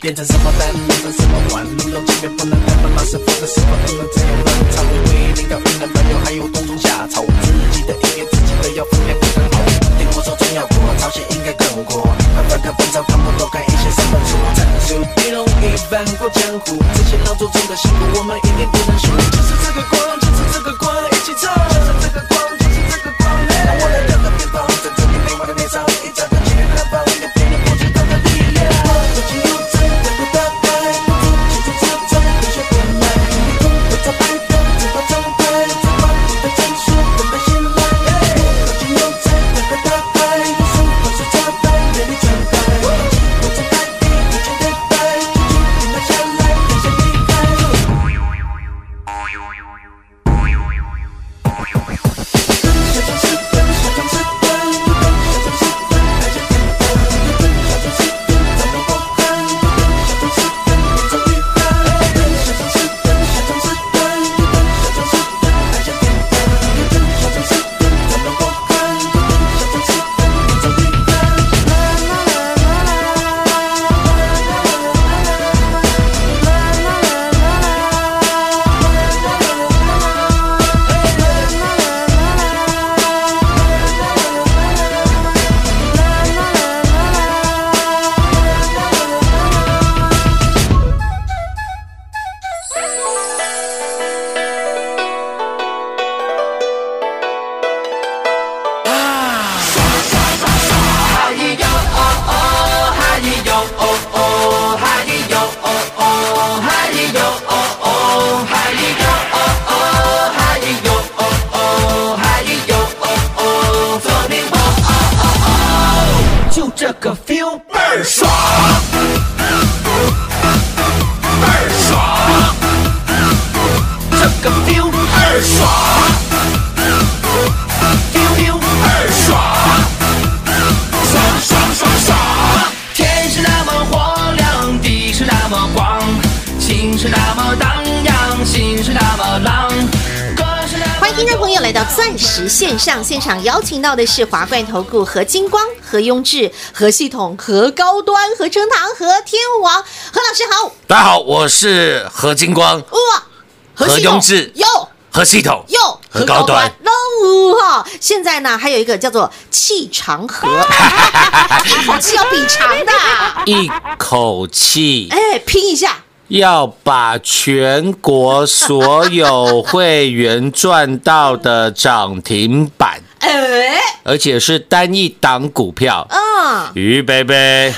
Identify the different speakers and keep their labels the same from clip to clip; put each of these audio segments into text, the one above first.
Speaker 1: 变成什么蛋，变成什么碗，路都前面不能太慢，那是否的是否都能自由人唱？因为灵感分的朋友还有冬虫夏草，自己的音乐自己的要分量更好。听我说中药国，朝鲜应该更国，翻翻看本草纲目，多看一些三本书，战术地龙一翻过江湖，这些浪逐中的辛苦，我们一定不能输。就是这个光，就是这个光，一起唱。就是这个光，就是这个光。让我来聊个偏方，在这里没我的内伤，一掌根击的南方，你别人不知道的力量。走进路程，得不到爱，不足轻松自在，不学不来，你不会再白的，自爆状态，自爆你的战术，等待信赖。走进路程，得不到爱，不输不是招牌，美丽传达，机会在大地，不求对白，轻轻停了下来，停下离开。小城市灯，小城市灯，不懂小城市灯，爱情简单。不懂小城市灯，怎么过关？不懂小城市灯，别走一半。不懂小城市灯，小城市灯，不懂小城市灯，爱情简单。不懂小城市灯，怎么过关？不懂小城市灯，别走一半。啦啦啦啦啦，啦啦啦啦啦。oh, oh, 就这个 feel 倍儿爽，倍儿爽，这个 feel 倍儿爽，feel feel 倍儿爽，爽爽爽爽。天是那么荒凉，地是那么广，情是那么荡漾，心是那么浪，歌是那么
Speaker 2: 欢迎听众朋友来到钻石线上现场，邀请到的是华冠投顾何金光、何雍智、何系统、何高端、何成堂、何天王。何老师好，
Speaker 3: 大家好，我是何金光，
Speaker 2: 哇，
Speaker 3: 何
Speaker 2: 系统
Speaker 3: 雍智
Speaker 2: 有。
Speaker 3: 何系统，
Speaker 2: 哟，
Speaker 3: 何高端，
Speaker 2: 喽哈！哦现在呢，还有一个叫做气长 河，气要比长的，啊
Speaker 3: 一口气
Speaker 2: 哎，拼一下，
Speaker 3: 要把全国所有会员赚到的涨停板，
Speaker 2: 哎，
Speaker 3: 而且是单一档股票。
Speaker 2: 嗯，
Speaker 3: 于贝贝，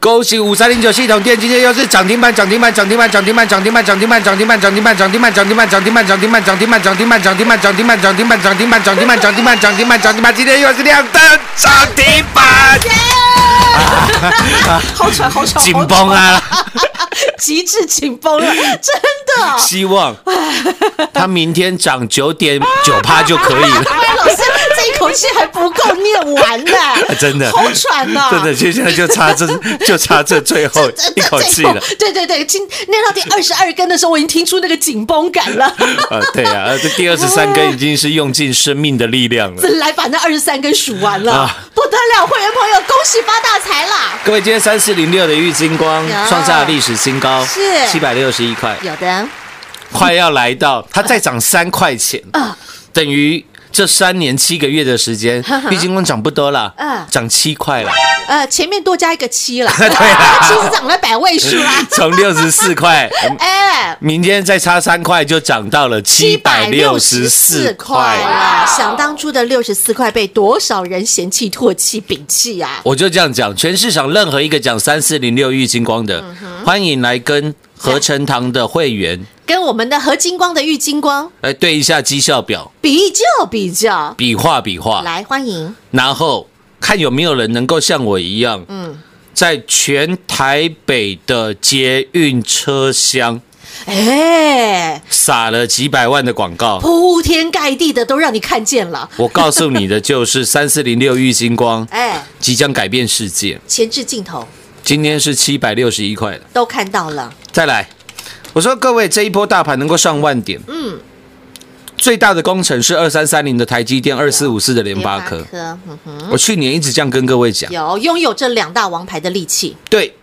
Speaker 3: 恭喜五三零九系统店，今天又是涨停板，涨停板，涨停板，涨停板，涨停板，涨停板，涨停板，涨停板，涨停板，涨停板，涨停板，涨停板，涨停板，涨停板，涨停板，涨停板，涨停板，涨停板，涨停板，涨停板，涨停板，涨停板，今天又是亮灯涨停板，
Speaker 2: 好喘，好喘，
Speaker 3: 紧绷啊！
Speaker 2: 极致紧绷 了，真的。
Speaker 3: 希望它明天涨九点九趴就可以了。，
Speaker 2: 哎，老师这一口气还不够念完呢
Speaker 3: 真的
Speaker 2: 好喘呐、
Speaker 3: 真的，就现在就 差这，就差这最后
Speaker 2: 真
Speaker 3: 一
Speaker 2: 的
Speaker 3: 口气了。
Speaker 2: 最后对对对，今念到第二十二根的时候，我已经听出那个紧绷感 了。
Speaker 3: 啊，对啊，呃这第二十三根已经是用尽生命的力量了。
Speaker 2: 来把那二十三根数完了，
Speaker 3: 啊
Speaker 2: 不得了！会员朋友，恭喜发大财啦！
Speaker 3: 各位，今天三四零六的玉金光
Speaker 2: 呀
Speaker 3: 创下了历史新高，
Speaker 2: 是
Speaker 3: 七百六十一块，
Speaker 2: 有的
Speaker 3: 快要来到它再涨三块钱，
Speaker 2: 啊
Speaker 3: 等于这三年七个月的时间
Speaker 2: 哈哈，
Speaker 3: 玉金光涨不多了
Speaker 2: 嗯，
Speaker 3: 涨七块了，
Speaker 2: 呃，前面多加一个七啦，
Speaker 3: 对啊啦，
Speaker 2: 七是涨了百位数啦
Speaker 3: 从六十 四块，
Speaker 2: 哎。
Speaker 3: 明天再差三块就涨到了七百六十四块了。
Speaker 2: 啦！想当初的六十四块被多少人嫌弃、唾弃、摒弃啊！
Speaker 3: 我就这样讲，全市场任何一个讲三四零六玉金光的，欢迎来跟合成堂的会员
Speaker 2: 跟我们的何金光的玉金光
Speaker 3: 来对一下绩效表，
Speaker 2: 比较比较，
Speaker 3: 比划比划，
Speaker 2: 来欢迎
Speaker 3: 然后看有没有人能够像我一样，
Speaker 2: 嗯
Speaker 3: 嗯，在全台北的捷运车厢
Speaker 2: 哎，
Speaker 3: 撒了几百万的广 告。
Speaker 2: 铺天盖地的都让你看见了。
Speaker 3: 我告诉你的就是三四零六玉星光
Speaker 2: 哎，
Speaker 3: 即将改变世界。
Speaker 2: 前置镜头
Speaker 3: 今天是七百六十一块的，
Speaker 2: 都看到了，
Speaker 3: 再来，我说各位这一波大盘能够上万点，嗯，最大的工程是二三三零的台积电，二四五四的联发科
Speaker 2: 啊联。科，嗯哼，
Speaker 3: 我去年一直这样跟各位讲，
Speaker 2: 有拥有这两大王牌的利器，
Speaker 3: 对，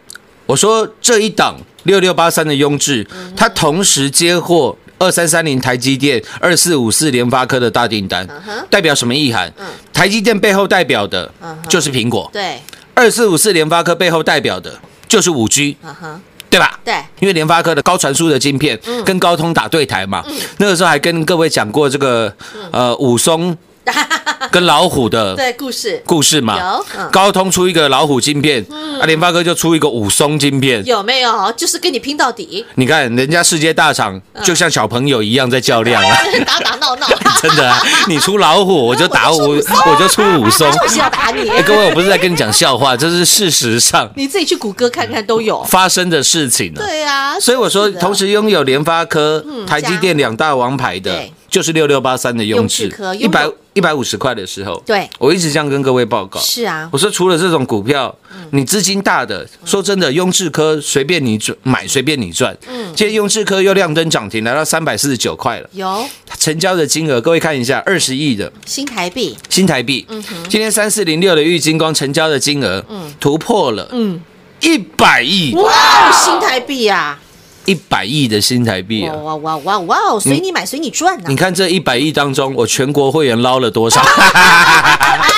Speaker 3: 我说这一档六六八三的雍智，
Speaker 2: 嗯
Speaker 3: 它同时接获二三三零台积电、二四五四联发科的大订单
Speaker 2: 嗯哼，
Speaker 3: 代表什么意涵？台积电背后代表的
Speaker 2: 嗯哼
Speaker 3: 就是苹果，
Speaker 2: 对，
Speaker 3: 二四五四联发科背后代表的就是五 G，
Speaker 2: 嗯哼，
Speaker 3: 对吧？
Speaker 2: 对嗯
Speaker 3: 因为联发科的高传输的晶片跟高通打对台嘛，那个时候还跟各位讲过这个呃武松 跟老虎的
Speaker 2: 嗯对，故事
Speaker 3: 故事嘛
Speaker 2: 有嗯，
Speaker 3: 高通出一个老虎晶片，啊，联发科就出一个武松晶片。
Speaker 2: 有没有？就是跟你拼到底，
Speaker 3: 你看人家世界大厂
Speaker 2: 嗯
Speaker 3: 就像小朋友一样在较量啊，
Speaker 2: 打打闹闹，
Speaker 3: 真的啊，你出老虎 我就打武，我就出武松。
Speaker 2: 就是要打你。
Speaker 3: 哎，各位，我不是在跟你讲笑话，这是事实上
Speaker 2: 你自己去谷歌看看都有。
Speaker 3: 发生的事情啊。
Speaker 2: 对啊，
Speaker 3: 所以我说，
Speaker 2: 是的嗯
Speaker 3: 同时拥有联发科、台积
Speaker 2: 加
Speaker 3: 电两大王牌的
Speaker 2: 对，
Speaker 3: 就是六六八三的
Speaker 2: 用
Speaker 3: 用
Speaker 2: 智
Speaker 3: 智
Speaker 2: 科，
Speaker 3: 一
Speaker 2: 拥
Speaker 3: 百
Speaker 2: 有
Speaker 3: 一百五十块的时候，
Speaker 2: 对
Speaker 3: 我一直这样跟各位报告。
Speaker 2: 是啊，嗯
Speaker 3: 我说，除了这种股票，你资金大的，说真的，雍智科随便你赚买，随便你赚。嗯，今天雍智科又亮灯涨停，来到三百四十九块了，
Speaker 2: 有
Speaker 3: 成交的金额，各位看一
Speaker 2: 嗯
Speaker 3: 下，二十亿的
Speaker 2: 新台币，
Speaker 3: 新台币。
Speaker 2: 嗯
Speaker 3: 今天三四零六的玉金光成交的金额，突破了，
Speaker 2: 嗯
Speaker 3: 一百亿，
Speaker 2: 哇，新台币呀、
Speaker 3: 一百亿的新台币
Speaker 2: 啊！
Speaker 3: 啊！
Speaker 2: 哇哇哇哇哇，随你买随你赚啊呐、
Speaker 3: 你看这一百亿当中，我全国会员捞了多少？
Speaker 2: 哎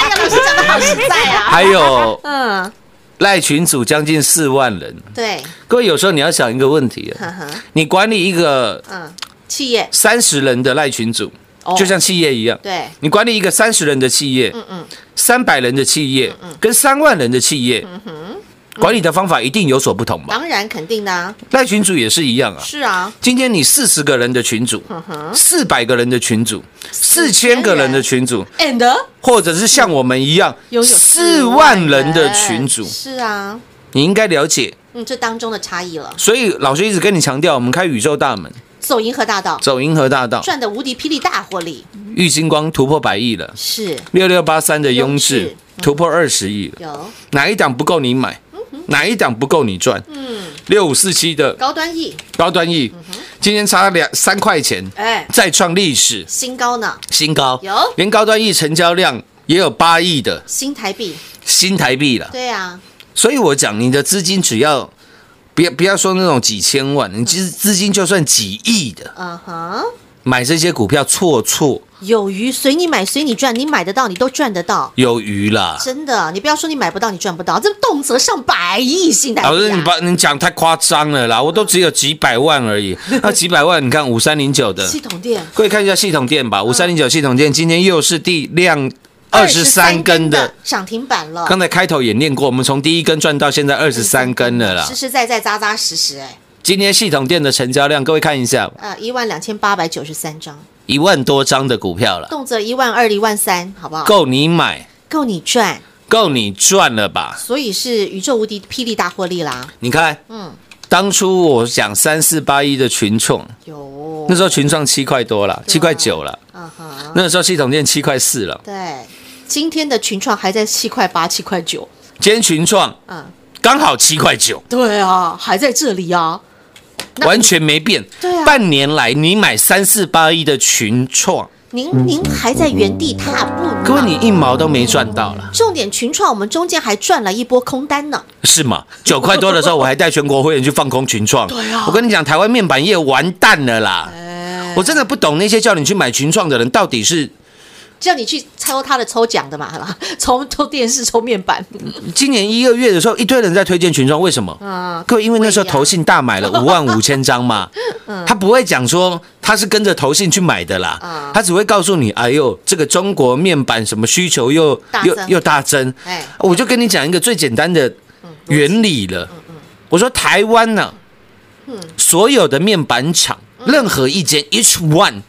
Speaker 2: 呀，老师讲的好实在啊。
Speaker 3: 还有
Speaker 2: 嗯，
Speaker 3: 赖群组将近四万人。
Speaker 2: 对，
Speaker 3: 各位有时候你要想一个问题
Speaker 2: 呵
Speaker 3: 啊，
Speaker 2: 呵，
Speaker 3: 你管理一个
Speaker 2: 嗯，企业，
Speaker 3: 三十人的赖群组
Speaker 2: 哦，
Speaker 3: 就像企业一样，
Speaker 2: 对，
Speaker 3: 你管理一个三十人的企业，
Speaker 2: 嗯嗯，
Speaker 3: 三百人的企业，跟三万人的企业，
Speaker 2: 嗯
Speaker 3: 管理的方法一定有所不同吧？
Speaker 2: 当然肯定的、啊，
Speaker 3: 赖群组也是一样啊。
Speaker 2: 是嗯啊，
Speaker 3: 今天你四十个人的群组，四百个人的群组，四千个人的群组，
Speaker 2: ，and
Speaker 3: 或者是像我们一样
Speaker 2: 拥有
Speaker 3: 四万人的群组，
Speaker 2: 是啊，
Speaker 3: 你应该了解。
Speaker 2: 嗯，这当中的差异了，
Speaker 3: 所以老师一直跟你强调，我们开宇宙大门，
Speaker 2: 走银河大道
Speaker 3: 走银河大道，
Speaker 2: 赚的无敌霹雳大获利，
Speaker 3: 玉金光突破百亿了，
Speaker 2: 是
Speaker 3: 六六八三的雍
Speaker 2: 雍
Speaker 3: 智
Speaker 2: 智
Speaker 3: 突破二十亿了，
Speaker 2: 有，
Speaker 3: 哪一档不够你买？哪一档不够你赚？
Speaker 2: 嗯，
Speaker 3: 六五四七的
Speaker 2: 高端 E，
Speaker 3: 高端 E，今天差两三块钱，
Speaker 2: 哎，
Speaker 3: 再创历史
Speaker 2: 新高呢，
Speaker 3: 新高
Speaker 2: 有，
Speaker 3: 连高端 E 成交量也有八亿的
Speaker 2: 新台币，
Speaker 3: 新台币了。
Speaker 2: 对啊，
Speaker 3: 所以我讲，你的资金只要不要不要说那种几千万，你其实资金就算几亿的
Speaker 2: 嗯哼，
Speaker 3: 买这些股票，错错
Speaker 2: 有余随你买随你赚，你买得到你都赚得到。
Speaker 3: 有余啦。
Speaker 2: 真的，你不要说你买不到，你赚不到，这动辄上百亿新台币、啊。
Speaker 3: 老师，你把你讲太夸张了啦！我都只有几百万而 已，那几百万，你看五三零九的，
Speaker 2: 系统店
Speaker 3: 各位看一下系统店吧，五三零九系统店今天又是第量二十三根的，
Speaker 2: 涨停板了，
Speaker 3: 刚才开头也念过，我们从第一根赚到现在二十三根了啦
Speaker 2: 实。实在在、扎扎实实哎、
Speaker 3: 今天系统店的成交量，各位看一下，
Speaker 2: 呃，一万两千八百九十三张，
Speaker 3: 一万多张的股票了，
Speaker 2: 动辄一万二、一万三，好不好？
Speaker 3: 够你买。
Speaker 2: 够你赚，
Speaker 3: 够你赚了吧？
Speaker 2: 所以是宇宙无敌霹雳大获利啦。
Speaker 3: 你看，
Speaker 2: 嗯，
Speaker 3: 当初我讲三四八一的群创，
Speaker 2: 有
Speaker 3: 那时候群创七块多了，
Speaker 2: 哦对啊
Speaker 3: 七块九了，
Speaker 2: 嗯哼，
Speaker 3: 那时候系统店七块四了。
Speaker 2: 对，今天的群创还在七块八、七块九，
Speaker 3: 今天群创
Speaker 2: 嗯，
Speaker 3: 刚好七块九，
Speaker 2: 对啊，还在这里啊，那
Speaker 3: 完全没变。
Speaker 2: 对啊
Speaker 3: 半年来你买三四八一的群创，
Speaker 2: 您您还在原地踏步呢。
Speaker 3: 各位嗯你一毛都没赚到了，
Speaker 2: 重点群创，我们中间还赚了一波空单呢。
Speaker 3: 是吗？九块多的时候，我还带全国会员去放空群创。
Speaker 2: 对啊哎
Speaker 3: 我跟你讲，台湾面板业完蛋了啦！我真的不懂那些叫你去买群创的人到底是
Speaker 2: 叫你去抽他的抽奖的嘛， 好吧抽抽电视、抽面板，
Speaker 3: 今年一二月的时候，一堆人在推荐群创，为什么？
Speaker 2: 啊
Speaker 3: 各位，因为那时候投信大 买了五万五千张嘛，
Speaker 2: 嗯
Speaker 3: 他不会讲说他是跟着投信去买的
Speaker 2: 啊
Speaker 3: 啦，他只会告诉你，哎呦，这个中国面板什么需求又
Speaker 2: 大增
Speaker 3: 又又大增
Speaker 2: 哎，嗯
Speaker 3: 我就跟你讲一个最简单的原理了。我说台湾呢，
Speaker 2: 嗯嗯
Speaker 3: 所有的面板厂，任何一间 each one，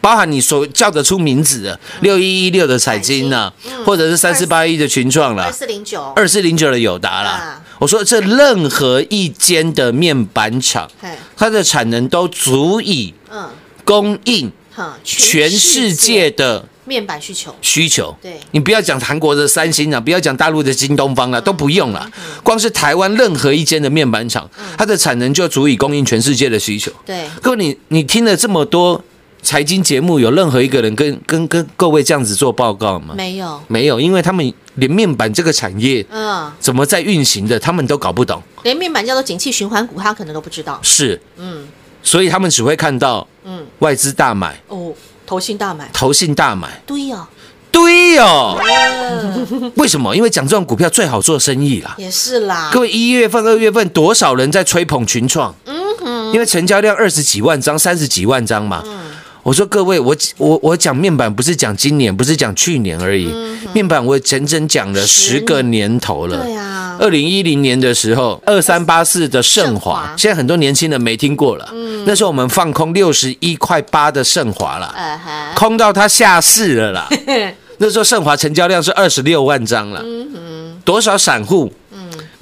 Speaker 3: 包含你所叫得出名字的六一一六的彩金呢、
Speaker 2: 彩金嗯
Speaker 3: 或者是三四八一的群创了
Speaker 2: 二，四零九，
Speaker 3: 二四零九的友达啦
Speaker 2: 啊。
Speaker 3: 我说这任何一间的面板厂
Speaker 2: 嘿，
Speaker 3: 它的产能都足以
Speaker 2: 嗯，
Speaker 3: 供应
Speaker 2: 哼，
Speaker 3: 全世界的
Speaker 2: 面板需求，
Speaker 3: 需求。
Speaker 2: 对
Speaker 3: 你不要讲韩国的三星了，啊不要讲大陆的京东
Speaker 2: 嗯
Speaker 3: 方了，啊都不用了。光是台湾任何一间的面板厂，它的产能就足以供应全世界的需求。
Speaker 2: 嗯对，
Speaker 3: 各位，你你听了这么多财经节目，有任何一个人跟跟跟各位这样子做报告吗？
Speaker 2: 没有，
Speaker 3: 没有，因为他们连面板这个产业
Speaker 2: 嗯，
Speaker 3: 怎么在运行的，他们都搞不懂。
Speaker 2: 连面板叫做景气循环股，他可能都不知道，
Speaker 3: 是，
Speaker 2: 嗯
Speaker 3: 所以他们只会看到
Speaker 2: 嗯，
Speaker 3: 外资大买、
Speaker 2: 哦，投信大买，
Speaker 3: 投信大买。
Speaker 2: 对哦，
Speaker 3: 对哦，
Speaker 2: 嗯，
Speaker 3: 为什么？因为讲这种股票最好做生意啦。
Speaker 2: 也是啦，
Speaker 3: 各位，一月份、二月份多少人在吹捧群创？
Speaker 2: 嗯
Speaker 3: 因为成交量二十几万张、三十几万张嘛。
Speaker 2: 嗯
Speaker 3: 我说各位，我我我讲面板不是讲今年，不是讲去年而已。面板我整整讲了
Speaker 2: 嗯十
Speaker 3: 十个年头了。
Speaker 2: 对啊，
Speaker 3: 二零一零年的时候，二三八四的盛
Speaker 2: 盛
Speaker 3: 华
Speaker 2: 华，嗯
Speaker 3: 现在很多年轻人没听过了。那时候我们放空六十一块八的盛华啦，
Speaker 2: 呃哈，
Speaker 3: 空到它下市 了啦。那时候盛华成交量是二十六万张了，
Speaker 2: 嗯
Speaker 3: 多少散户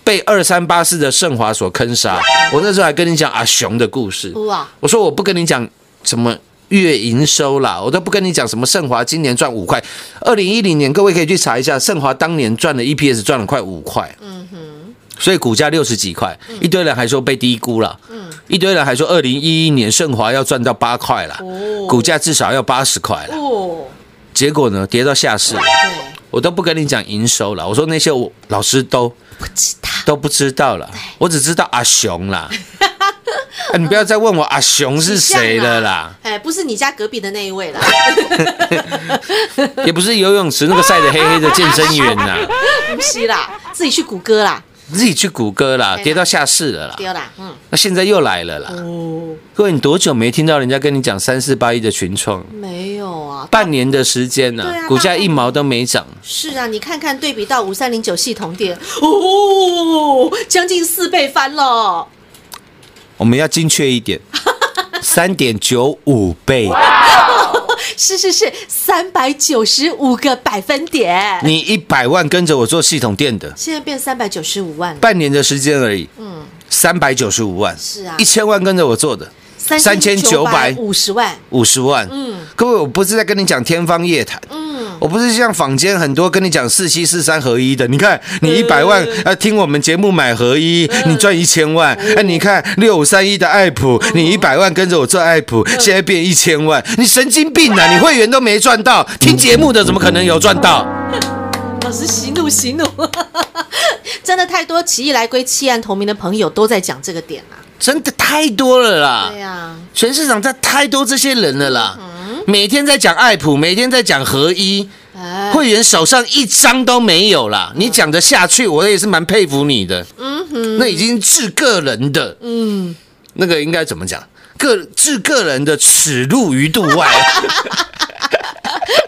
Speaker 3: 被二三八四的盛华所坑
Speaker 2: 嗯
Speaker 3: 杀？我那时候还跟你讲阿雄的故事，
Speaker 2: 哇，
Speaker 3: 我说我不跟你讲什么月营收啦，我都不跟你讲什么盛华今年赚五块。二零一零年，各位可以去查一下，盛华当年赚了 EPS 赚了快五块，嗯哼，所以股价六十几块，一堆人还说被低估了，嗯，一堆人还说二零一一年盛华要赚到八块啦，
Speaker 2: 哦
Speaker 3: 股价至少要八十块了，
Speaker 2: 哦，
Speaker 3: 结果呢跌到下市。
Speaker 2: 对，
Speaker 3: 我都不跟你讲营收了，我说那些我老师都
Speaker 2: 不知道，
Speaker 3: 都不知道了，我只知道阿雄啦。啊你不要再问我阿雄是谁了啦，
Speaker 2: 哎，不是你家隔壁的那一位啦，
Speaker 3: 也不是游泳池那个晒得黑黑的健身员啦，
Speaker 2: 不是啦，自己去谷歌啦，
Speaker 3: 自己去谷歌啦，
Speaker 2: 啊
Speaker 3: 跌到下市了啦，
Speaker 2: 丢啦，嗯，
Speaker 3: 那现在又来了啦。
Speaker 2: 哦，
Speaker 3: 各位，你多久没听到人家跟你讲三四八一的群创？
Speaker 2: 没有啊，
Speaker 3: 半年的时间呢、
Speaker 2: 对啊
Speaker 3: 股价一毛都没涨，
Speaker 2: 是啊，你看看对比到五三零九系统店，哦，将近四倍翻了，
Speaker 3: 我们要精确 一点，三点九五倍。
Speaker 2: 是是是，三百九十五个百分点，
Speaker 3: 你一百万跟着我做系统店的，
Speaker 2: 现在变三百九十五万了，
Speaker 3: 半年的时间而已，
Speaker 2: 嗯，
Speaker 3: 三百九十五万，
Speaker 2: 是啊
Speaker 3: 一千万跟着我做的，3900
Speaker 2: 五十万，
Speaker 3: 五十万，
Speaker 2: 嗯
Speaker 3: 各位，我不是在跟你讲天方夜谭，
Speaker 2: 嗯，
Speaker 3: 我不是像坊间很多跟你讲四七四三合一的，你看你一百万呃听我们节目买合一，
Speaker 2: 嗯
Speaker 3: 你赚一千万，哎、你看六五三一的爱普，你一百万跟着我做爱普，
Speaker 2: 嗯
Speaker 3: 现在变一千万，你神经病啊！你会员都没赚到，听节目的怎么可能有赚到？
Speaker 2: 嗯老师息怒息怒， 真的太多起义来归弃暗投明的朋友都在讲这个点啊，
Speaker 3: 真的太多了啦，
Speaker 2: 对啊，
Speaker 3: 全市场在太多这些人了啦，
Speaker 2: 嗯
Speaker 3: 每天在讲爱普，每天在讲合一，
Speaker 2: 哎，
Speaker 3: 会员手上一张都没有啦。你讲得下去，我也是蛮佩服你的。
Speaker 2: 嗯哼，
Speaker 3: 那已经治个人的，
Speaker 2: 嗯，
Speaker 3: 那个应该怎么讲？个置个人的耻辱于度 外，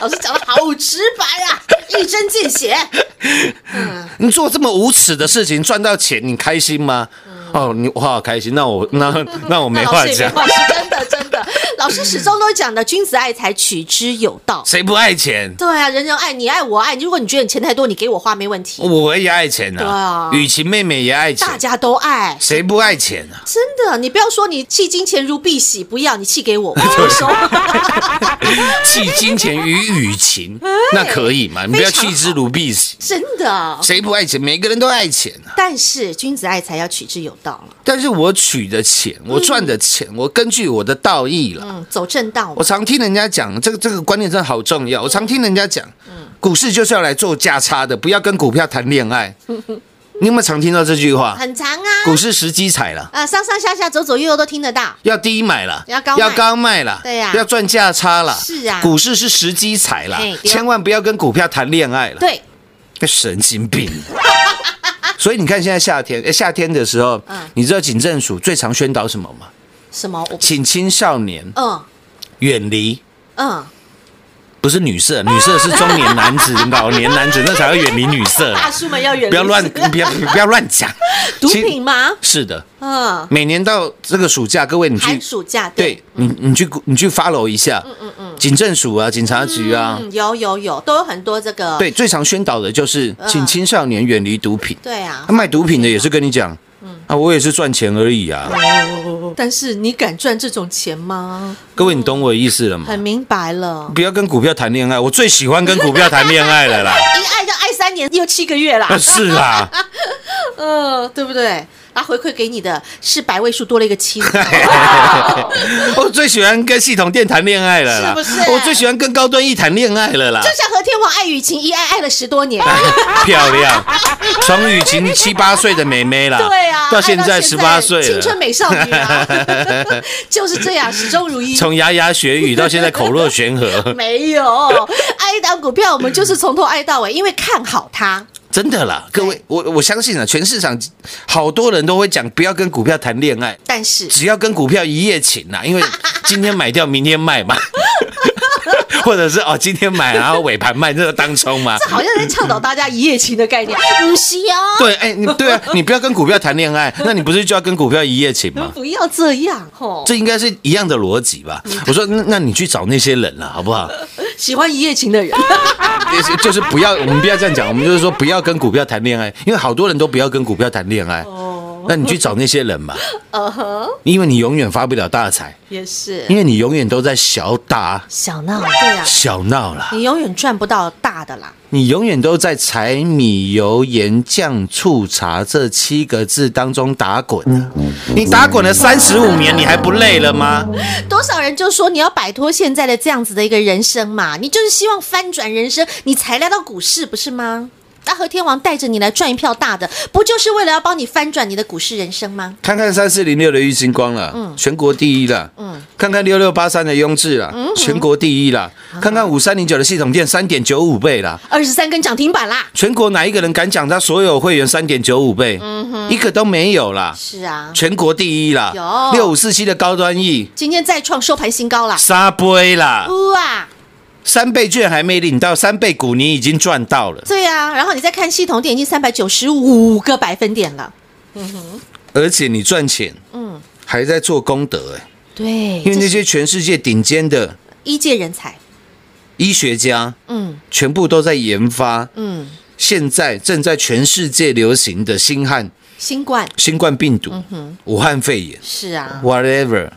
Speaker 2: 老师讲的好直白 啊，一针见血，
Speaker 3: 你做这么无耻的事情赚到钱，你开心吗？
Speaker 2: 嗯
Speaker 3: 哦，你我好开心，那我那 那哦我没
Speaker 2: 那
Speaker 3: 话
Speaker 2: 老师也
Speaker 3: 讲
Speaker 2: 没，话讲，真的真的，老师始终都讲的君子爱财，取之有道。
Speaker 3: 谁不爱钱？
Speaker 2: 对啊，人人爱你爱我爱，如果你觉得你钱太多，你给我花没问题，
Speaker 3: 我也爱钱
Speaker 2: 对啊
Speaker 3: 啊，雨晴妹妹也爱钱
Speaker 2: 大，家都爱，
Speaker 3: 谁不爱钱啊？
Speaker 2: 真的，你不要说你弃金钱如敝屣，不要你弃给我，我 没收。
Speaker 3: 弃金钱于雨情，
Speaker 2: 嗯
Speaker 3: 那可以吗？你不要弃之如敝屣。
Speaker 2: 真的。
Speaker 3: 谁不爱钱？每个人都爱钱啊！
Speaker 2: 但是君子爱财要取之有道了，
Speaker 3: 但是我取的钱，我赚的钱，我根据我的道义了。
Speaker 2: 嗯，走正道嘛
Speaker 3: 我常听人家讲，这个这个观念真的好重要。我常听人家讲，
Speaker 2: 嗯
Speaker 3: 股市就是要来做价差的，不要跟股票谈恋爱。 你有没有常听到这句话？
Speaker 2: 很长啊，
Speaker 3: 股市时机踩了，
Speaker 2: 啊，上上下下走走右右都听得到，
Speaker 3: 要低买了，
Speaker 2: 要高卖
Speaker 3: 要高卖了，
Speaker 2: 对呀
Speaker 3: 要赚价差了。
Speaker 2: 是啊
Speaker 3: 股市是时机踩了
Speaker 2: 嘿对，
Speaker 3: 千万不要跟股票谈恋爱了。
Speaker 2: 对，
Speaker 3: 个神经病。 所以你看，现在夏天，诶夏天的时候，
Speaker 2: 嗯
Speaker 3: 你知道警政署最常宣导什么吗？
Speaker 2: 什么我不，
Speaker 3: 请青少年
Speaker 2: 嗯
Speaker 3: 远离
Speaker 2: 嗯，
Speaker 3: 不是女色，女色是中年男子、老年男子，那才要远离女色。
Speaker 2: 大叔们要远离，
Speaker 3: 呃不要乱，不要不要乱讲。
Speaker 2: 毒
Speaker 3: 其
Speaker 2: 品吗？
Speaker 3: 是的，
Speaker 2: 嗯，
Speaker 3: 每年到这个暑假，各位你去
Speaker 2: 寒暑假
Speaker 3: 对你，你去你去 follow 一下，嗯嗯嗯，警政署啊，警察局啊，
Speaker 2: 嗯，有有有，都有很多这个
Speaker 3: 对，最常宣导的就是
Speaker 2: 嗯
Speaker 3: 请青少年远离毒品。
Speaker 2: 对啊
Speaker 3: 啊，卖毒品的也是跟你讲，啊，我也是赚钱而已啊。
Speaker 2: 但是你敢赚这种钱吗？
Speaker 3: 各位，你懂我的意思了吗？
Speaker 2: 很明白了，
Speaker 3: 不要跟股票谈恋爱，我最喜欢跟股票谈恋爱了啦。
Speaker 2: 一爱就爱三年又七个月啦
Speaker 3: 啊，， 是啦，呃
Speaker 2: 嗯，对不对？他回馈给你的是百位数多了一个 七，
Speaker 3: 我最喜欢跟系统店谈恋爱了啦，
Speaker 2: 是不是
Speaker 3: 我最喜欢跟高端一谈恋爱了啦
Speaker 2: 就，像和天王爱雨晴一爱爱了十多年，
Speaker 3: 哎漂亮，从雨晴七八岁的妹妹啦，
Speaker 2: 对啊，
Speaker 3: 到现
Speaker 2: 爱
Speaker 3: 在十八岁
Speaker 2: 青春
Speaker 3: 了。
Speaker 2: 美少女 啊，就是这样，始终如一。
Speaker 3: 从牙牙学语到现在口若悬河，
Speaker 2: 没有爱一档股票，我们就是从头爱到尾，因为看好它。
Speaker 3: 真的啦，各位，我我相信啊，全市场好多人都会讲不要跟股票谈恋爱，
Speaker 2: 但是
Speaker 3: 只要跟股票一夜情啊啦、因为今天买掉，明天卖嘛， 或者是哦今天买然后尾盘卖，这个当冲嘛。
Speaker 2: 好像在倡导大家一夜情的概念，不是哦，
Speaker 3: 对，哎、你对啊，你不要跟股票谈恋 爱，那你不是就要跟股票一夜情吗？
Speaker 2: 不要这样吼。
Speaker 3: 这应该是一样的逻辑吧？我说，那那你去找那些人了，好不好？
Speaker 2: 喜欢一夜情的人，
Speaker 3: 就是就是不要，我们不要这样讲，我们就是说不要跟股票谈恋爱，因为好多人都不要跟股票谈恋爱。那你去找那些人嘛， 嗯
Speaker 2: 呃呵，
Speaker 3: 因为你永远发不了大财，
Speaker 2: 也是
Speaker 3: 因为你永远都在小打
Speaker 2: 小闹，对呀、
Speaker 3: 小闹啦。
Speaker 2: 你永远赚不到大的啦。
Speaker 3: 你永远都在柴米油盐酱醋茶这七个字当中打滚啊你打滚了三十五年，你还不累了吗？
Speaker 2: 多少人就说你要摆脱现在的这样子的一个人生嘛，你就是希望翻转人生，你才来到股市，不是吗？那和天王带着你来赚一票大的，不就是为了要帮你翻转你的股市人生吗？
Speaker 3: 看看三四零六的郁金光了，全国第一了。看看六六八三的雍智了，全国第一了。看看五三零九的系统店三点九五倍了。
Speaker 2: 二十三根涨停板啦！
Speaker 3: 全国哪一个人敢讲他所有会员三点九五倍？一个都没有啦，
Speaker 2: 是啊，
Speaker 3: 全国第一啦。
Speaker 2: 有
Speaker 3: 六五四七的高端 E
Speaker 2: 今天再创收盘新高啦！
Speaker 3: 沙杯啦，
Speaker 2: 哇，
Speaker 3: 三倍券还没领到，三倍股你已经赚到了。
Speaker 2: 对啊，然后你再看系统点已经三百九十五个百分点了，
Speaker 3: 而且你赚钱，
Speaker 2: 嗯
Speaker 3: 嗯，还在做功德、欸，
Speaker 2: 对，
Speaker 3: 因为那
Speaker 2: 这是
Speaker 3: 些全世界顶尖的
Speaker 2: 一届人才，
Speaker 3: 医学家，
Speaker 2: 嗯
Speaker 3: 全部都在研发
Speaker 2: 嗯，
Speaker 3: 现在正在全世界流行的新汉
Speaker 2: 新冠
Speaker 3: 新冠病毒、武汉肺炎
Speaker 2: 是啊，
Speaker 3: ，whatever。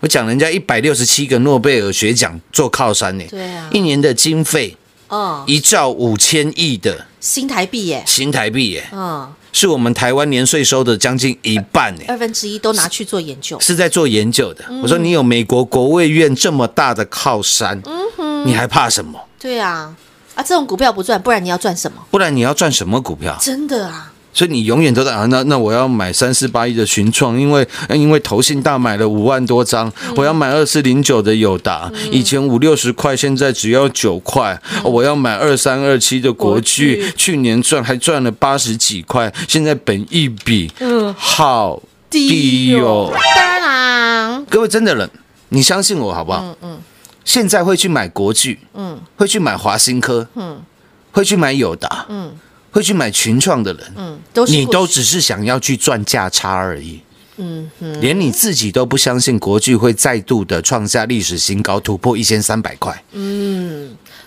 Speaker 3: 我讲人家一百六十七个诺贝尔学奖做靠山呢、欸
Speaker 2: 对啊
Speaker 3: 一年的经费
Speaker 2: 嗯，
Speaker 3: 一兆五千亿的
Speaker 2: 新台币耶，
Speaker 3: 新台币、耶，
Speaker 2: 嗯，
Speaker 3: 是我们台湾年税收的将近一半呢、欸
Speaker 2: 二分之一都拿去做研究，
Speaker 3: 是在做研究的。
Speaker 2: 嗯
Speaker 3: 我说你有美国国卫院这么大的靠山，
Speaker 2: 嗯
Speaker 3: 你还怕什么？
Speaker 2: 对啊，啊，这种股票不赚，不然你要赚什么？
Speaker 3: 不然你要赚什么股票？
Speaker 2: 真的啊，
Speaker 3: 所以你永远都在啊，那那我要买三四八一的群创，因为呃因为投信大买了五万多张，
Speaker 2: 嗯
Speaker 3: 我要买二四零九的友达，以前五六十块，现在只要九块，哦我要买二三二七的
Speaker 2: 嗯
Speaker 3: 国
Speaker 2: 国巨
Speaker 3: 巨，去年赚还赚了八十几块，现在本一比
Speaker 2: 嗯哦
Speaker 3: 好低哦哟、
Speaker 2: 当然，
Speaker 3: 各位真的人，你相信我好不好？嗯嗯。现在会去买国巨，嗯，会去买华新科，嗯，会去买友达，嗯，会去买群创的人，
Speaker 2: 嗯，都是
Speaker 3: 你
Speaker 2: 过
Speaker 3: 都
Speaker 2: 去
Speaker 3: 只是想要去赚价差而已。嗯，连你自己都不相信国巨会再度的创下历史新高，突破一千三百块，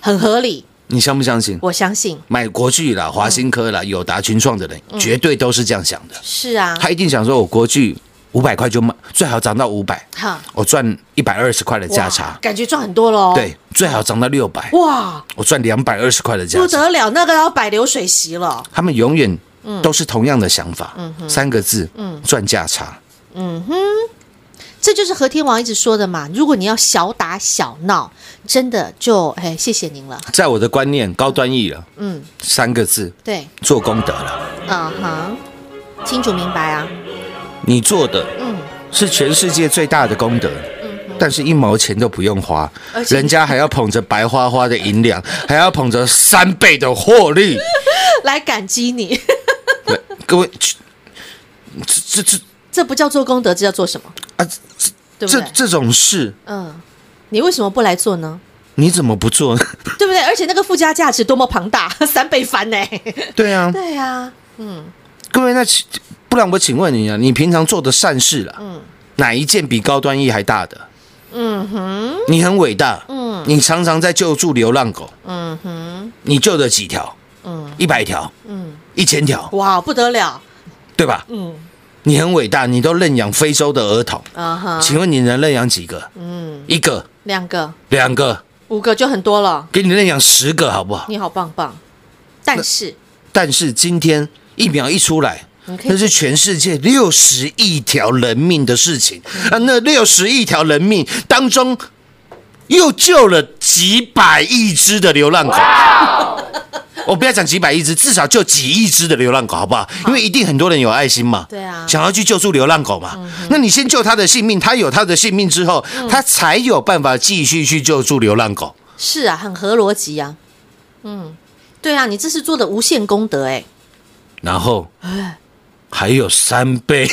Speaker 2: 很合理，
Speaker 3: 你相不相信？
Speaker 2: 我相信
Speaker 3: 买国巨啦、华新科啦、友达、群创的人，绝对都是这样想的。
Speaker 2: 是啊，
Speaker 3: 他一定想说，我国巨五百块就卖，最好涨到五百
Speaker 2: 哈，
Speaker 3: 我赚一百二十块的
Speaker 2: 哇
Speaker 3: 价差。
Speaker 2: 感觉赚很多喽，，
Speaker 3: 对，最好涨到六百，
Speaker 2: 哇，
Speaker 3: 我赚两百二十块的价
Speaker 2: 不
Speaker 3: 值。
Speaker 2: 得了，那个要摆流水席了，
Speaker 3: 他们永远都是同样的想法，
Speaker 2: 嗯
Speaker 3: 三个字，赚价差。
Speaker 2: 这就是和天王一直说的嘛，如果你要小打小闹，真的就哎，谢谢您了，
Speaker 3: 在我的观念，高端易了，
Speaker 2: 嗯，
Speaker 3: 三个字，
Speaker 2: 对，
Speaker 3: 做功德了。
Speaker 2: 嗯哼，清楚明白啊，
Speaker 3: 你做的
Speaker 2: 嗯，
Speaker 3: 是全世界最大的功德。但是，一毛钱都不用花
Speaker 2: 而，且
Speaker 3: 人家还要捧着白花花的 银两，还要捧着三倍的获利。
Speaker 2: 来感激你，
Speaker 3: 对各位，这这这
Speaker 2: 这不叫做功德，这叫做什么？
Speaker 3: 啊，这
Speaker 2: 对不
Speaker 3: 这
Speaker 2: 对？
Speaker 3: 这种事，
Speaker 2: 嗯，你为什么不来做呢？
Speaker 3: 你怎么不做呢？
Speaker 2: 对不对？而且那个附加价值多么庞大， 三倍翻呢、
Speaker 3: 对啊，
Speaker 2: 对啊，
Speaker 3: 各位，那请不然我请问你啊，你平常做的善事啦，哪一件比高端一还大的？嗯哼，你很伟大，嗯，你常常在救助流浪狗，嗯哼，你救了几条？嗯，一百条，嗯，一千条，
Speaker 2: 哇，不得了
Speaker 3: 对吧？嗯，你很伟大，你都认养非洲的儿童，
Speaker 2: 啊哈！
Speaker 3: 请问你能认养几个？嗯，一个、
Speaker 2: 两个、
Speaker 3: 两个，
Speaker 2: 五个就很多了，
Speaker 3: 给你认养十个好不好？
Speaker 2: 你好棒棒。但是
Speaker 3: 但是今天疫苗一出来
Speaker 2: 你，可以
Speaker 3: 那是全世界六十亿条人命的事情啊！那六十亿条人命当中，又救了几百亿只的流浪狗。我不要讲几百亿只，至少救几亿只的流浪狗，好不好？因为一定很多人有爱心嘛，
Speaker 2: 对啊嗯
Speaker 3: 想要去救助流浪狗嘛。那你先救他的性命，他有他的性命之后，他才有办法继续去救助流浪狗。
Speaker 2: 是啊，很合逻辑啊。嗯，对啊，你这是做的无限功德哎、
Speaker 3: 然后还有三 杯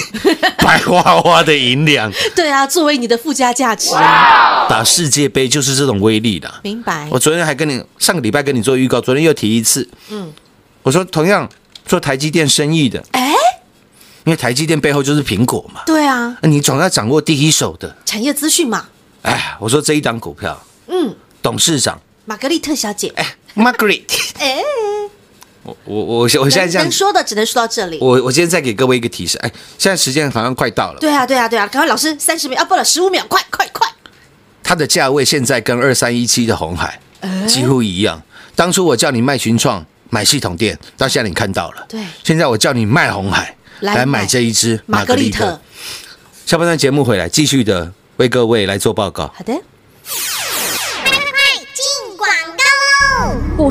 Speaker 3: 白花花的银两，
Speaker 2: 对啊，作为你的附加价值，
Speaker 3: 打世界杯就是这种威力的。
Speaker 2: 明白
Speaker 3: 我？昨天还跟你上个礼拜跟你做预告，昨天又提一次。嗯，我说同样做台积电生意的，
Speaker 2: 哎，
Speaker 3: 因为台积电背后就是苹果嘛，
Speaker 2: 对啊，
Speaker 3: 那你总要掌握第一手的。
Speaker 2: 产业资讯嘛，
Speaker 3: 哎，我说这一档股票，
Speaker 2: 嗯，
Speaker 3: 董事长
Speaker 2: 玛格丽特小姐，
Speaker 3: 哎，Margaret，
Speaker 2: 哎，
Speaker 3: 我我我我现在
Speaker 2: 能
Speaker 3: 这样
Speaker 2: 能，说的只能说到这里。
Speaker 3: 我我今天再给各位一个提示，哎，现在时间好像快到了，
Speaker 2: 对啊，对啊，对啊，赶快老师三十秒啊，不了十五秒，快快快！
Speaker 3: 它的价位现在跟二三一七的红海几乎一样。当初我叫你卖群创买系统店，到现在你看到了。
Speaker 2: 对
Speaker 3: 现在我叫你卖红海
Speaker 2: 来
Speaker 3: 来
Speaker 2: 买
Speaker 3: 买这一只
Speaker 2: 玛格丽
Speaker 3: 玛格
Speaker 2: 特，
Speaker 3: 下半段节目回来，继续的为各位来做报告。
Speaker 2: 好的。
Speaker 4: 进广告喽！股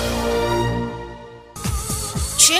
Speaker 5: 全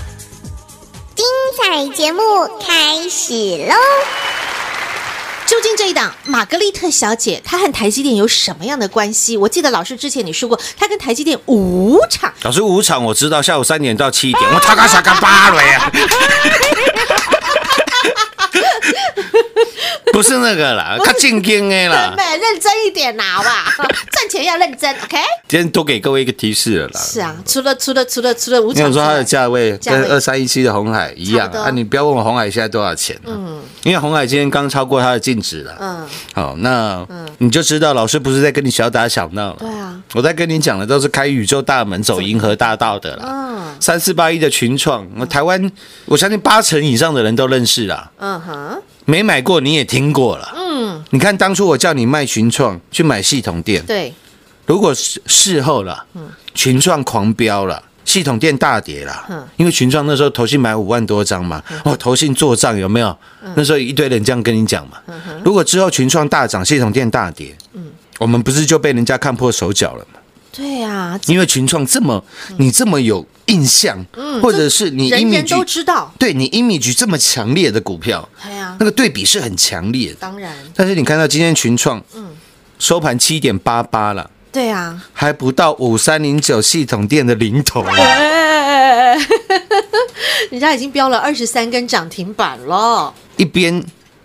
Speaker 4: 精彩节目开始喽！
Speaker 2: 究竟这一档玛格丽特小姐，她和台积电有什么样的关系？我记得老师之前你说过，她跟台积电五场，
Speaker 3: 老师五场我知道，下午三点到 七点，我他嘎傻嘎巴了呀。不是那个啦，他进京的
Speaker 5: 啊
Speaker 3: 啦
Speaker 2: 真。的认真一点啦，好不好？赚钱要认真，OK？
Speaker 3: 今天多给各位一个提示了啦。
Speaker 2: 是啊，除了除了除了除了五
Speaker 3: 因为
Speaker 2: 场
Speaker 3: 我
Speaker 2: 之
Speaker 3: 说它
Speaker 2: 外，
Speaker 3: 的价位
Speaker 2: 价位
Speaker 3: 跟二三一七的红海一
Speaker 2: 差
Speaker 3: 样
Speaker 2: 不多
Speaker 3: 啊，你不要问我红海现在多少钱、啊，嗯，因为红海今天刚超过它的净值了，
Speaker 2: 嗯，
Speaker 3: 好，那你就知道老师不是在跟你小打小闹了，
Speaker 2: 对啊，
Speaker 3: 我在跟你讲的都是开宇宙大门走银河大道的啦
Speaker 2: 嗯，
Speaker 3: 三四八一的群创，那台湾我相信八成以上的人都认识啦，
Speaker 2: 嗯哼，
Speaker 3: 没买过你也听过了，嗯，你看当初我叫你卖群创去买系统店，
Speaker 2: 对，
Speaker 3: 如果事事后了，群创狂飙了。系统店大跌
Speaker 2: 嗯
Speaker 3: 了，因为群创那时候投信买五万多张嘛，哦，投信做账有没有？
Speaker 2: 嗯
Speaker 3: 那时候一堆人这样跟你讲嘛。如果之后群创大涨，系统店大跌，
Speaker 2: 嗯
Speaker 3: 我们不是就被人家看破手脚了吗？
Speaker 2: 对啊，
Speaker 3: 因为群创这么你这么有印象，或者是你
Speaker 2: 嗯人人
Speaker 3: image
Speaker 2: 都知道，
Speaker 3: 对你 image 这么强烈的股票，
Speaker 2: 哎呀
Speaker 3: 那，个对比是很强烈的。
Speaker 2: 当然，嗯
Speaker 3: 但是你看到今天群创，收盘七点八八了。
Speaker 2: 对啊，
Speaker 3: 还不到五三零九系统店的零头啊、
Speaker 2: 哎，人家已经标了二十三根涨停板了。
Speaker 3: 一边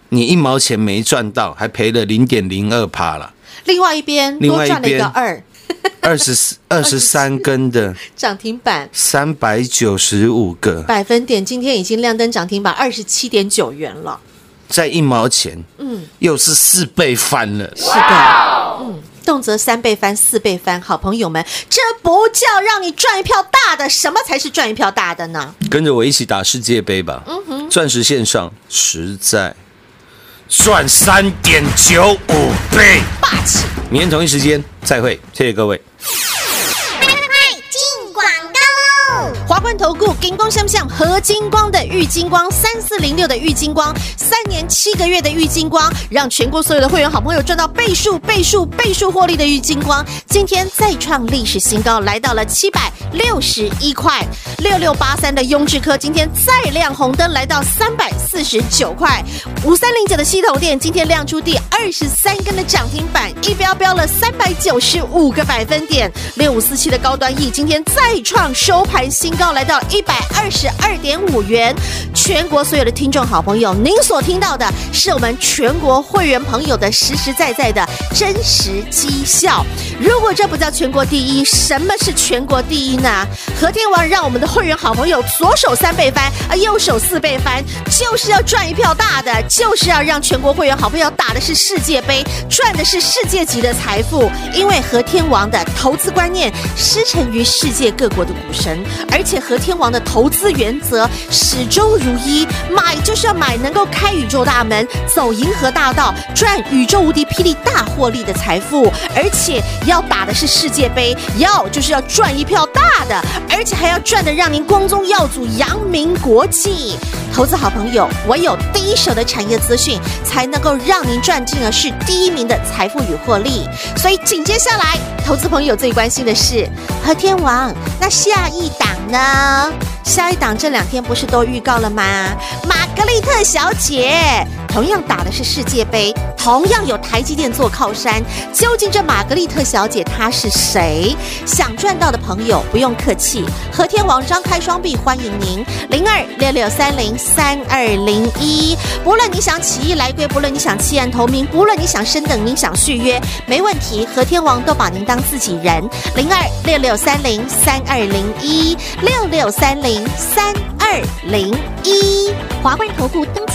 Speaker 3: 你一毛钱没赚到，还赔了零点零二趴了，
Speaker 2: 另外一边
Speaker 3: 另
Speaker 2: 多
Speaker 3: 外一
Speaker 2: 赚了一个
Speaker 3: 边
Speaker 2: 二
Speaker 3: 二十四二十三根的
Speaker 2: 涨停板
Speaker 3: 三百九十五个，
Speaker 2: 百分点，今天已经亮灯涨停板二十七点九元了。
Speaker 3: 在一毛钱，
Speaker 2: 嗯，
Speaker 3: 又是四倍翻了。
Speaker 2: 是的，嗯动辄三倍翻、四倍翻，好朋友们，这不叫让你赚一票大的，什么才是赚一票大的呢？
Speaker 6: 跟着我一起打世界杯吧！钻石线上实在赚三点九五倍，霸气！明天同一时间再会，谢谢各位。
Speaker 4: 进广告喽！
Speaker 2: 华冠投顾金光相向和金光的玉金光三四零六的玉金光，三年七个月的玉金光，让全国所有的会员好朋友赚到倍数、倍数、倍数获利的玉金光，今天再创历史新高，来到了七百六十一块。六六八三的雍智科今天再亮红灯，来到三百四十九块。五三零九的系统店今天亮出第二十三根的涨停板，一标标了三百九十五个百分点。六五四七的高端 E 今天再创收盘新高，来到一百二十二点五元。全国所有的听众好朋友，您所听到的是我们全国会员朋友的实实在在的真实绩效。如果这不叫全国第一，什么是全国第一呢？和天王让我们的会员好朋友左手三倍翻，啊，右手四倍翻，就是要赚一票大的，就是要让全国会员好朋友打的是世界杯，赚的是世界级的财富。因为和天王的投资观念师承于世界各国的股神，而且和天王的投资原则始终如一，买就是要买能够开宇宙大门，走银河大道，赚宇宙无敌霹雳大获利的财富，而且要打的是世界杯，要就是要赚一票大的，而且还要赚的让您光宗耀祖、扬名国际。投资好朋友，唯有第一手的产业资讯，才能够让您赚进的是第一名的财富与获利。所以紧接下来，投资朋友最关心的是和天王，那下一档呢？下一档这两天不是都预告了吗？玛格丽特小姐同样打的是世界杯，同样有台积电做靠山。究竟这玛格丽特小姐她是谁？想赚到的朋友不用客气，和天王张开双臂欢迎您，零二六六三零三二零一。不论你想起义来归，不论你想弃暗投明，不论你想升等，你想续约，没问题，和天王都把您当自己人，零二六六三零三二零一六六三零三二零一。
Speaker 4: 华冠投顾登记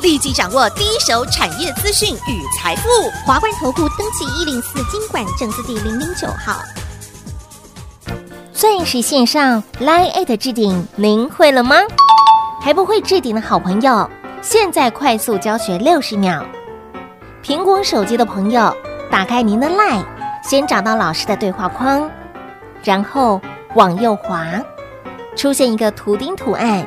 Speaker 7: 立即掌握第一手产业资讯与财富。
Speaker 4: 华冠投顾登记一零四经管证字第零零九号。钻石线上 Line at 置顶，您会了吗？还不会置顶的好朋友，现在快速教学六十秒。苹果手机的朋友，打开您的 Line，先找到老师的对话框，然后往右滑，出现一个图钉图案，